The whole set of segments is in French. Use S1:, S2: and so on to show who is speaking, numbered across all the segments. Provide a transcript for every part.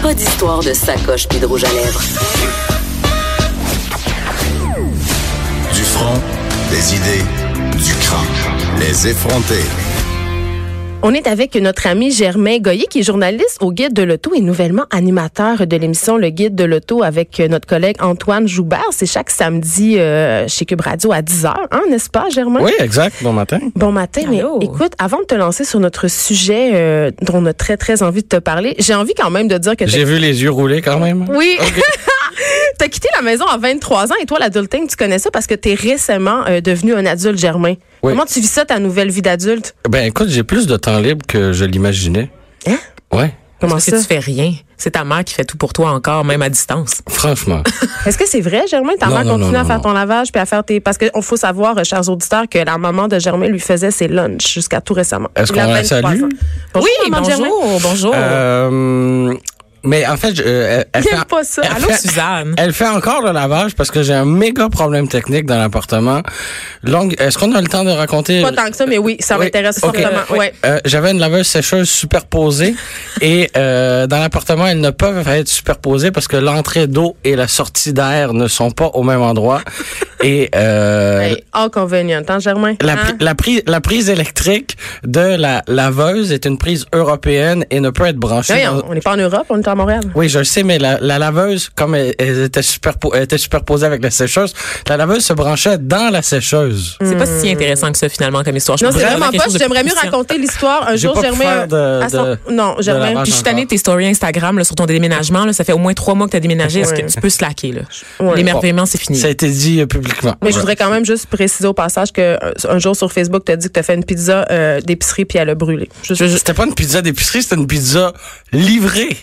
S1: Pas d'histoire de sacoche puis de rouge à lèvres.
S2: Du front, des idées, du crâne. Les effronter.
S3: On est avec notre ami Germain Goyer, qui est journaliste au Guide de l'Auto et nouvellement animateur de l'émission Le Guide de l'Auto avec euh, notre collègue Antoine Joubert. C'est chaque samedi euh, chez Cube Radio à 10h, hein, n'est-ce pas, Germain?
S4: Oui, exact. Bon matin.
S3: Bon matin, mais
S5: Allô?
S3: écoute, avant de te lancer sur notre sujet euh, dont on a très, très envie de te parler, j'ai envie quand même de dire que
S4: J'ai
S3: t'as-
S4: vu les yeux rouler quand même.
S3: Oui. T'as quitté la maison à 23 ans et toi, l'adulting, tu connais ça parce que t'es récemment euh, devenu un adulte, Germain.
S4: Oui.
S3: Comment tu vis ça, ta nouvelle vie d'adulte?
S4: Ben écoute, j'ai plus de temps libre que je l'imaginais.
S3: Hein?
S4: Ouais,
S3: Comment
S5: Parce que
S3: ça?
S5: tu fais rien. C'est ta mère qui fait tout pour toi encore, même à distance.
S4: franchement.
S3: Est-ce que c'est vrai, Germain? Ta
S4: Non,
S3: mère
S4: non,
S3: continue
S4: non,
S3: à
S4: non,
S3: faire
S4: non.
S3: ton lavage puis à faire tes. Parce qu'on faut savoir, euh, chers auditeurs, que la maman de Germain lui faisait ses lunchs jusqu'à tout récemment.
S4: Est-ce
S3: Il a
S4: qu'on la
S3: 23
S4: salue?
S3: ans. Bonjour,
S5: oui,
S3: maman de Germain.
S5: bonjour,
S3: Oh.
S5: bonjour.
S4: Euh, mais en fait, je, euh, elle, elle
S3: J'aime pas ça.
S4: elle
S5: Allô,
S4: fait-
S5: Suzanne.
S4: Elle fait encore le lavage parce que j'ai un méga problème technique dans l'appartement. Longue- Est-ce qu'on a le temps de raconter
S3: Pas tant que ça, mais oui, ça
S4: Oui,
S3: m'intéresse
S4: ok.
S3: fortement. Ouais.
S4: Euh, J'avais une laveuse sécheuse superposée et euh, dans l'appartement, elles ne peuvent être superposées parce que l'entrée d'eau et la sortie d'air ne sont pas au même endroit. Et euh,
S3: Hey, inconvénient, hein, Germain?
S4: la, pri-
S3: Hein?
S4: la, pri- la prise électrique de la laveuse est une prise européenne et ne peut être branchée.
S3: Voyons,
S4: dans-
S3: on n'est pas en Europe, on est à Montréal.
S4: Oui, je le sais, mais la, la laveuse, comme elle, elle était, superpo- elle était superposée avec la sécheuse, la laveuse se branchait dans la sécheuse.
S5: C'est pas si intéressant que ça, finalement, comme histoire. Je
S3: Non,
S5: pense
S3: c'est vraiment
S5: quelque
S3: pas.
S5: chose de
S3: J'aimerais
S5: plus
S3: mieux
S5: puissant.
S3: raconter l'histoire un
S4: J'ai
S3: jour,
S4: pas pu
S3: Germain.
S4: faire de-
S3: à son-
S4: de-
S3: non,
S4: de
S3: Germain.
S4: lavage.
S5: Puis je suis tannée de tes stories Instagram là, sur ton déménagement. Là, ça fait au moins trois mois que tu as déménagé. Est-ce que tu peux slacker? là?
S3: Ouais.
S5: L'émerveillement, c'est fini.
S4: Ça a été dit euh, publiquement.
S3: Mais je voudrais quand même juste préciser au passage que euh, un jour sur Facebook, tu as dit que tu as fait une pizza euh, d'épicerie puis elle a brûlé. Juste-
S4: C'était pas une pizza d'épicerie, c'était une pizza livrée.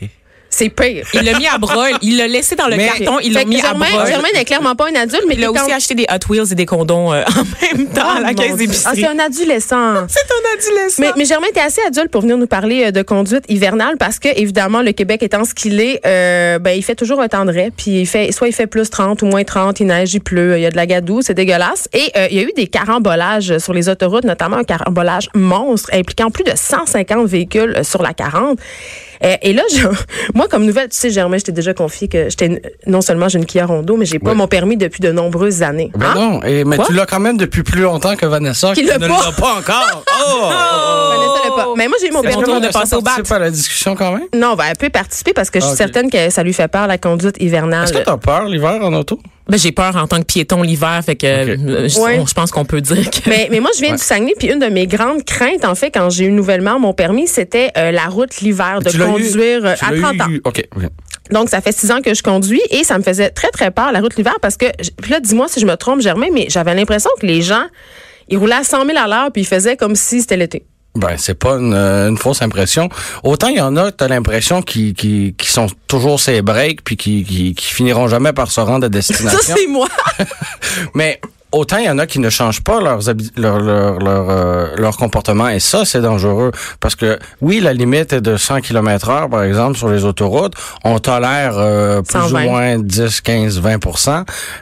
S3: C'est pire.
S5: Il l'a mis à bras. Il l'a laissé dans le
S4: Mais-
S5: carton. Il
S3: Fait
S5: l'a
S3: que
S5: mis à
S3: Germain,
S5: bras.
S3: Germain n'est clairement pas un adulte, mais
S5: Il a
S3: quand-
S5: aussi acheté des Hot Wheels et des condoms euh, en même temps
S3: Ah,
S5: à la
S3: mon
S5: caisse
S3: Dieu. Ah,
S5: d'épicerie.
S3: c'est un adolescent.
S5: C'est ton adolescent.
S3: Mais, mais Germain, t'es assez adulte pour venir nous parler euh, de conduite hivernale parce que, évidemment, le Québec étant ce qu'il est, euh, ben, il fait toujours un temps de raie. Puis, il fait, soit il fait plus 30 ou moins 30, il neige, il pleut, il y a de la gadoue, c'est dégueulasse. Et euh, il y a eu des carambolages sur les autoroutes, notamment un carambolage monstre impliquant plus de 150 véhicules euh, sur la 40. Euh, et là, je- moi, comme nouvelle, tu sais, Germain, je t'ai déjà confié que j'étais une- non seulement j'ai une Kia Rondo, mais j'ai pas
S4: Ouais.
S3: mon permis depuis de nombreuses années.
S4: Ben
S3: Hein?
S4: non, et, mais
S3: Quoi?
S4: tu l'as quand même depuis plus longtemps que Vanessa.
S3: Qui
S4: qui
S3: l'a
S4: ne
S3: pas.
S4: l'a pas encore. Oh!
S3: Vanessa l'a pas. Mais moi, j'ai eu mon
S5: C'est mon
S3: permis.
S5: tour de
S4: Vanessa
S5: passer au bac.
S4: participe à la discussion quand même.
S3: Non, ben, elle peut participer parce que je suis
S4: Ah, ok.
S3: certaine que ça lui fait peur, la conduite hivernale.
S4: Est-ce que t'as peur l'hiver en auto?
S5: Ben, j'ai peur en tant que piéton l'hiver, fait que
S4: Ok.
S5: euh, je,
S3: Ouais.
S5: on- je pense qu'on peut dire que.
S3: mais, mais moi, je viens
S4: Ouais.
S3: du Saguenay, puis une de mes grandes craintes, en fait, quand j'ai eu nouvellement mon permis, c'était euh, la route l'hiver, de
S4: Tu l'as eu-
S3: conduire euh,
S4: tu
S3: à
S4: l'as
S3: 30 ans.
S4: eu- OK. ok.
S3: Donc, ça fait six ans que je conduis et ça me faisait très, très peur, la route l'hiver, parce que, j- puis là, dis-moi si je me trompe, Germain, mais j'avais l'impression que les gens, ils roulaient à 100 000 à l'heure, puis ils faisaient comme si c'était l'été.
S4: Ben, c'est pas une, euh, une fausse impression. Autant il y en a, t'as l'impression qui qui qui sont toujours ces breaks puis qui qui, qui finiront jamais par se rendre à
S3: Ça,
S4: destination.
S3: c'est moi.
S4: Mais autant il y en a qui ne changent pas leurs habi- leur, leur, leur, euh, leur comportement et ça, c'est dangereux. Parce que oui, la limite est de 100 km heure, par exemple, sur les autoroutes. On tolère euh, plus
S3: 120.
S4: ou moins 10, 15, 20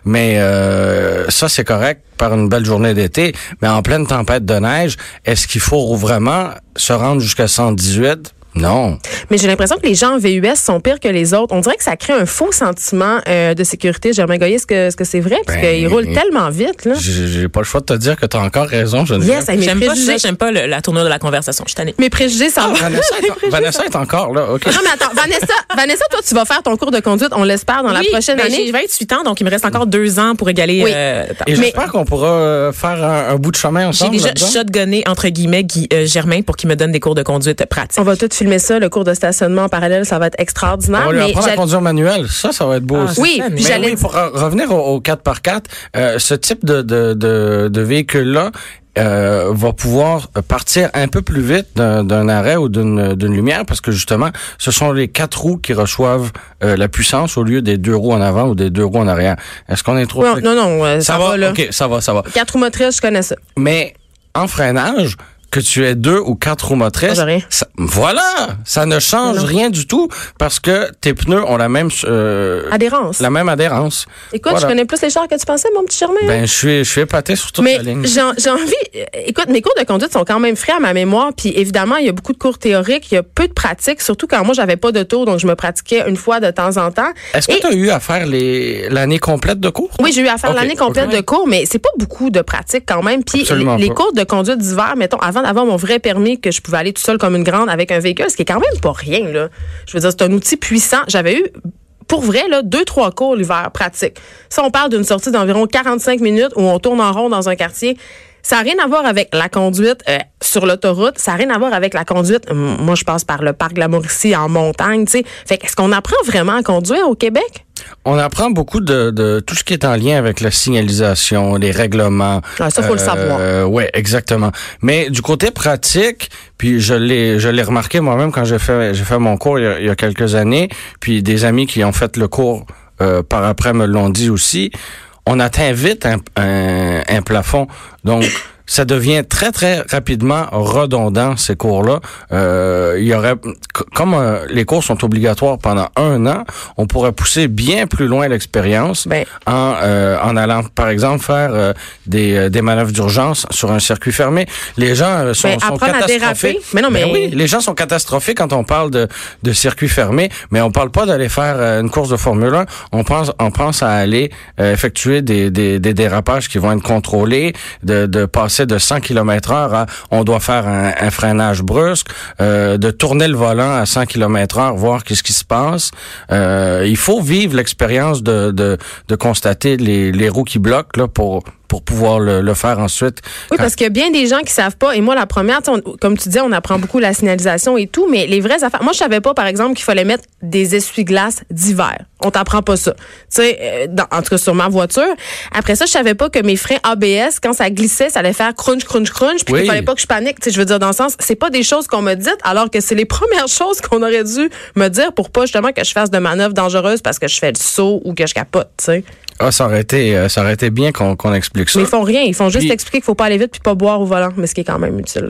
S4: mais euh, ça, c'est correct par une belle journée d'été. Mais en pleine tempête de neige, est-ce qu'il faut vraiment se rendre jusqu'à 118? Non.
S3: Mais j'ai l'impression que les gens en VUS sont pires que les autres. On dirait que ça crée un faux sentiment euh, de sécurité. Germain Goyer, est-ce que est-ce que c'est vrai? Parce
S4: Ben,
S3: qu'ils roulent tellement vite. Là.
S4: J'ai j'ai pas le choix de te dire que t'as encore raison, je
S3: Yes, avec mes
S5: J'aime pas,
S3: préjugés.
S5: ça, j'aime pas le- la tournure de la conversation. Je suis tannée.
S3: mes préjugés s'en vont.
S4: Vanessa, est en- Vanessa est encore là, OK.
S3: Non, mais attends, Vanessa, Vanessa, toi, tu vas faire ton cours de conduite, on l'espère, dans la
S5: Oui,
S3: prochaine
S5: ben,
S3: année.
S5: J'ai 28 ans, donc il me reste encore deux ans pour égaler.
S3: Oui.
S5: euh,
S4: Et
S3: Mais-
S4: j'espère qu'on pourra euh, faire un, un bout de chemin
S5: j'ai
S4: ensemble.
S5: déjà
S4: là-dedans.
S5: shotgunné, entre guillemets, Guy- euh, Germain pour qu'il me donne des cours de conduite pratiques.
S3: On va tout filmer ça, le cours de stationnement en parallèle, ça va être extraordinaire.
S4: On va lui
S3: mais
S4: apprendre à
S3: j'a-
S4: conduire manuel. Ça, ça va être beau
S5: Ah,
S4: aussi.
S5: c'est
S3: Oui,
S5: ça,
S3: puis
S4: Mais
S3: j'allais
S4: oui, pour re- revenir au, au 4x4, euh, ce type de, de, de, de véhicule-là euh, va pouvoir partir un peu plus vite d'un- d'un arrêt ou d'une d'une lumière parce que justement, ce sont les quatre roues qui reçoivent euh, la puissance au lieu des deux roues en avant ou des deux roues en arrière. Est-ce qu'on est trop...
S3: Non, non, non, euh, ça, va, là.
S4: OK, ça va, ça va.
S3: Quatre roues motrices, je connais ça.
S4: Mais en freinage, que tu aies deux ou quatre roues motrices,
S3: Change rien.
S4: ça- voilà, ça ne change
S3: Non.
S4: rien du tout parce que tes pneus ont la même euh,
S3: Adhérence.
S4: la même adhérence.
S3: Écoute,
S4: Voilà.
S3: je connais plus les chars que tu pensais, mon petit Germain.
S4: Ben je suis je suis épaté sur toute
S3: mais
S4: la ligne.
S3: j'ai j'ai envie. euh, Écoute, mes cours de conduite sont quand même frais à ma mémoire. Puis évidemment, il y a beaucoup de cours théoriques, il y a peu de pratiques, surtout quand moi, j'avais pas de tour, donc je me pratiquais une fois de temps en temps.
S4: Est-ce que
S3: Et-
S4: tu as eu à faire les l'année complète de cours
S3: Oui, j'ai eu à faire
S4: Ok,
S3: l'année complète
S4: ok.
S3: de cours, mais c'est pas beaucoup de pratique quand même. Puis
S4: Absolument
S3: les, les
S4: pas.
S3: cours de conduite d'hiver, mettons, avant d'avoir mon vrai permis, que je pouvais aller tout seul comme une grande avec un véhicule, ce qui est quand même pas rien, là. Je veux dire, c'est un outil puissant. J'avais eu, pour vrai, là, deux, trois cours l'hiver pratique. Ça, on parle d'une sortie d'environ 45 minutes où on tourne en rond dans un quartier. Ça n'a rien à voir avec la conduite euh, sur l'autoroute. Ça n'a rien à voir avec la conduite. hum, Moi, je passe par le parc de la Mauricie en montagne, tu sais. Fait que, est-ce qu'on apprend vraiment à conduire au Québec?
S4: On apprend beaucoup de, de tout ce qui est en lien avec la signalisation, les règlements. euh,
S3: Ah, ça, faut le savoir.
S4: Ouais, exactement. Mais du côté pratique, puis je l'ai je l'ai remarqué moi-même quand j'ai fait j'ai fait mon cours il y, a, il y a quelques années, puis des amis qui ont fait le cours euh, par après me l'ont dit aussi. On atteint vite un, un, un plafond, donc. Ça devient très très rapidement redondant ces cours-là. Euh, Il y aurait, c- comme euh, les cours sont obligatoires pendant un an, on pourrait pousser bien plus loin l'expérience
S3: Ben,
S4: en, euh, en allant, par exemple, faire euh, des, euh, des manœuvres d'urgence sur un circuit fermé. Les gens euh, sont,
S3: Ben,
S4: sont
S3: apprendre à
S4: catastrophiques.
S3: déraper. Mais non,
S4: Ben
S3: mais-
S4: oui, les gens sont catastrophiques quand on parle de, de circuit fermé, mais on parle pas d'aller faire euh, une course de Formule 1. On pense, on pense à aller euh, effectuer des, des, des dérapages qui vont être contrôlés, de, de passer de 100 km heure à on doit faire un, un freinage brusque, euh, de tourner le volant à 100 km heure, voir qu'est-ce qui se passe. Euh, il faut vivre l'expérience de, de, de constater les, les roues qui bloquent là, pour, pour pouvoir le, le faire ensuite.
S3: Oui,
S4: Quand-
S3: parce qu'il y a bien des gens qui savent pas. Et moi, la première, tu sais, on- comme tu dis, on apprend beaucoup la signalisation et tout, mais les vraies affaires. Moi, je savais pas, par exemple, qu'il fallait mettre des essuie-glaces d'hiver. On t'apprend pas ça. Tu sais, euh, dans- en tout cas sur ma voiture. Après ça, je savais pas que mes freins ABS, quand ça glissait, ça allait faire crunch, crunch, crunch. Puis
S4: Oui.
S3: qu'il fallait pas que je panique. Tu sais, je veux dire dans le sens, c'est pas des choses qu'on me dit, alors que c'est les premières choses qu'on aurait dû me dire pour pas justement que je fasse de manœuvres dangereuses parce que je fais le saut ou que je capote. Tu sais,
S4: Ah, ça, aurait été, euh, ça aurait été bien qu'on qu'on explique ça.
S3: mais ils font rien. Ils font juste
S4: Puis-
S3: expliquer qu'il faut pas aller vite puis pas boire au volant, mais ce qui est quand même utile.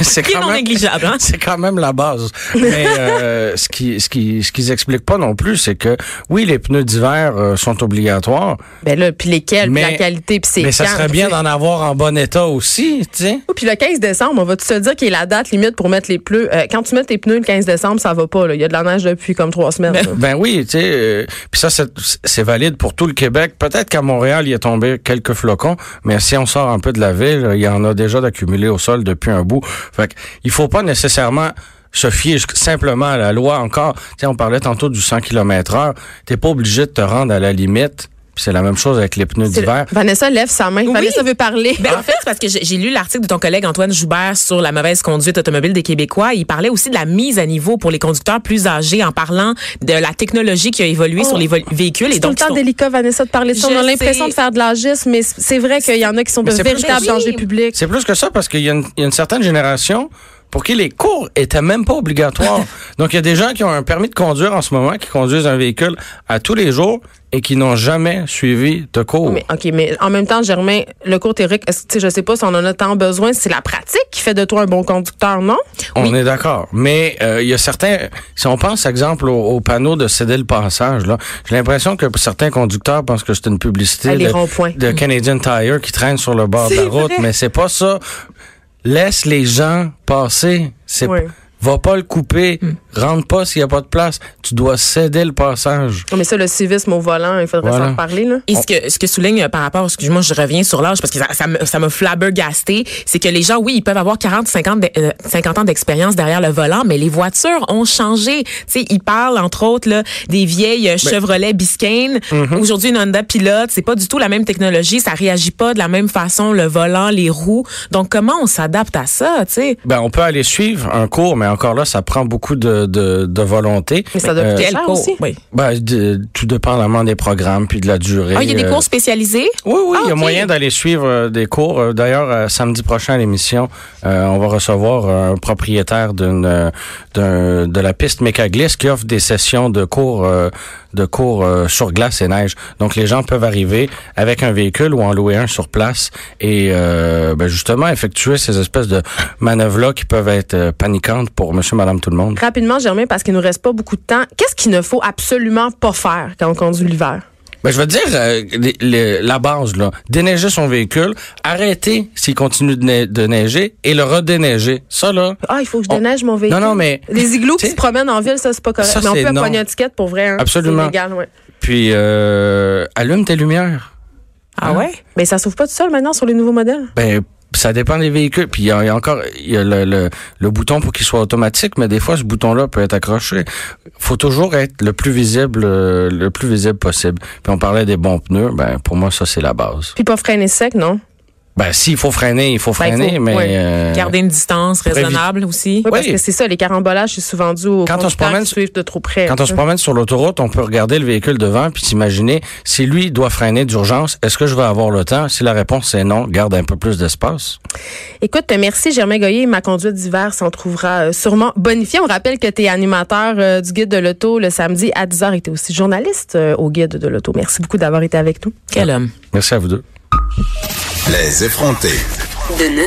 S4: C'est
S5: Qui est
S4: quand
S5: non
S4: même-
S5: négligeable, hein?
S4: C'est quand même la base. Mais euh, ce qui ce qui ce qu'ils expliquent pas non plus, c'est que oui, les pneus d'hiver euh, sont obligatoires,
S3: Ben là, puis lesquels, puis
S4: Mais-
S3: la qualité, puis c'est
S4: mais ça
S3: quand,
S4: serait
S3: tu
S4: bien
S3: sais.
S4: d'en avoir en bon état aussi, tu sais.
S3: Oh, Puis le 15 décembre, on va se dire qu'il y a la date limite pour mettre les pneus. Euh, quand tu mets tes pneus le 15 décembre, ça va pas. là. Il y a de la neige depuis comme trois semaines. là.
S4: Ben oui, tu sais. euh, Puis ça, c'est- c'est valide pour tout le Québec. Peut-être qu'à Montréal, il est tombé quelques flocons, mais si on sort un peu de la ville, il y en a déjà d'accumulés au sol depuis un bout. Fait que, il faut pas nécessairement se fier jusqu- simplement à la loi encore. Tu sais, on parlait tantôt du 100 km heure. T'es pas obligé de te rendre à la limite. Puis c'est la même chose avec les pneus
S3: C'est-
S4: d'hiver.
S3: Vanessa lève sa main. Vanessa veut parler.
S4: Ah,
S5: Ben, en fait, c'est parce que j'ai j'ai lu l'article de ton collègue Antoine Joubert sur la mauvaise conduite automobile des Québécois. Il parlait aussi de la mise à niveau pour les conducteurs plus âgés en parlant de la technologie qui a évolué
S3: Oh.
S5: sur les vol- véhicules.
S3: c'est
S5: Et
S3: tout le
S5: donc,
S3: temps
S5: ils sont-
S3: délicat, Vanessa, de parler de ça. On
S5: Je
S3: a l'impression
S5: sais.
S3: de faire de l'agisme, mais c- c'est vrai qu'il y en a qui sont de
S4: Mais c'est plus
S3: véritables
S4: que-
S3: dangers publics.
S4: C'est plus que ça parce qu'il y, a une- il y a une certaine génération pour qui les cours étaient même pas obligatoires. Donc, il y a des gens qui ont un permis de conduire en ce moment, qui conduisent un véhicule à tous les jours et qui n'ont jamais suivi de cours.
S3: Mais, OK, mais en même temps, Germain, le cours théorique, est-ce que, tu sais, je sais pas si on en a tant besoin. C'est la pratique qui fait de toi un bon conducteur, non?
S4: On est d'accord. Mais euh, il y a certains... Si on pense, exemple, au, au panneau de céder le passage, là, j'ai l'impression que certains conducteurs pensent que c'est une publicité
S3: Ah, les
S4: de,
S3: ronds-points.
S4: de Canadian Tire qui traîne sur le bord de la
S3: C'est
S4: route.
S3: vrai.
S4: Mais c'est pas ça. Laisse les gens passer. C'est
S3: Oui.
S4: Va pas le couper.
S5: Hmm.
S4: Rentre pas s'il y a pas de place. Tu dois céder le passage.
S3: Non, Mais ça, le civisme au volant, il faudrait
S4: Voilà.
S3: s'en reparler, là.
S5: Et ce que, ce que souligne euh, par rapport, excuse-moi, je reviens sur l'âge parce que ça, ça me, ça m'a flabbergasté, c'est que les gens, oui, ils peuvent avoir 40, 50, de- euh, 50 ans d'expérience derrière le volant, mais les voitures ont changé. Tu sais, ils parlent, entre autres, là, des vieilles euh,
S4: Ben
S5: Chevrolet Biscayne.
S4: Mm-hmm.
S5: Aujourd'hui, une Honda Pilot, c'est pas du tout la même technologie, ça réagit pas de la même façon, le volant, les roues. Donc, comment on s'adapte à ça, tu sais?
S4: Ben, on peut aller suivre un cours, mais en encore là, ça prend beaucoup de, de, de volonté.
S3: Mais ça doit coûter
S4: Euh,
S3: cher
S5: cours?
S3: aussi.
S5: Oui.
S4: ben, de- tout dépendamment des programmes puis de la durée.
S5: Ah, il y a des
S4: euh,
S5: cours spécialisés?
S4: Oui, oui,
S5: Ah,
S4: il y a
S5: ok.
S4: moyen d'aller suivre euh, des cours. Euh, D'ailleurs, euh, samedi prochain à l'émission, euh, on va recevoir euh, un propriétaire d'une euh, d'un- de la piste Mécaglisse qui offre des sessions de cours euh, de cours euh, sur glace et neige. Donc les gens peuvent arriver avec un véhicule ou en louer un sur place et euh, ben, justement effectuer ces espèces de manœuvres là qui peuvent être euh, paniquantes pour monsieur madame tout le monde.
S3: Rapidement, Germain, parce qu'il nous reste pas beaucoup de temps, qu'est-ce qu'il ne faut absolument pas faire quand on conduit l'hiver?
S4: Ben, je veux dire, euh, les- les- la base, là, déneiger son véhicule, arrêter s'il continue de, nei- de neiger et le redéneiger. Ça, là,
S3: Ah, il faut que je
S4: On-
S3: déneige mon véhicule.
S4: Oh. non, mais-
S3: Les igloos
S4: Tu
S3: qui
S4: sais-
S3: se promènent en ville, ça, c'est pas correct.
S4: Ça,
S3: mais on
S4: c'est
S3: peut
S4: non.
S3: avoir une étiquette pour vrai. hein.
S4: Absolument.
S3: C'est légal, ouais.
S4: puis euh, allume tes lumières.
S5: Ah ouais?
S3: Mais ça s'ouvre pas tout seul maintenant sur les nouveaux modèles.
S4: Ben, ça dépend des véhicules. Puis il y, a il y a encore il y a le, le, le bouton pour qu'il soit automatique, mais des fois, ce bouton-là peut être accroché. faut toujours être le plus visible euh, le plus visible possible. Puis on parlait des bons pneus. Ben, pour moi, ça, c'est la base.
S3: Puis pas freiner sec, non?
S4: Ben, s'il faut freiner, il faut
S3: Ben, il faut-
S4: freiner, mais...
S3: ouais.
S4: euh,
S5: Garder une distance
S4: prévi-
S5: raisonnable aussi.
S3: Oui, parce
S4: Oui.
S3: que c'est ça, les carambolages, c'est souvent dû aux
S4: Quand on se
S3: conducteurs
S4: promène-
S3: qui suivent de trop près.
S4: Quand on se promène sur l'autoroute, on peut regarder le véhicule devant puis s'imaginer si lui doit freiner d'urgence, est-ce que je vais avoir le temps Si la réponse est non, garde un peu plus d'espace.
S3: Écoute, euh, merci Germain Goyer. Ma conduite d'hiver s'en trouvera euh, sûrement bonifiée. On rappelle que tu es animateur euh, du guide de l'auto le samedi à 10h et tu aussi journaliste euh, au guide de l'auto. Merci beaucoup d'avoir été avec nous.
S5: Quel homme.
S4: Merci à vous deux.
S2: Les effronter.
S1: De 9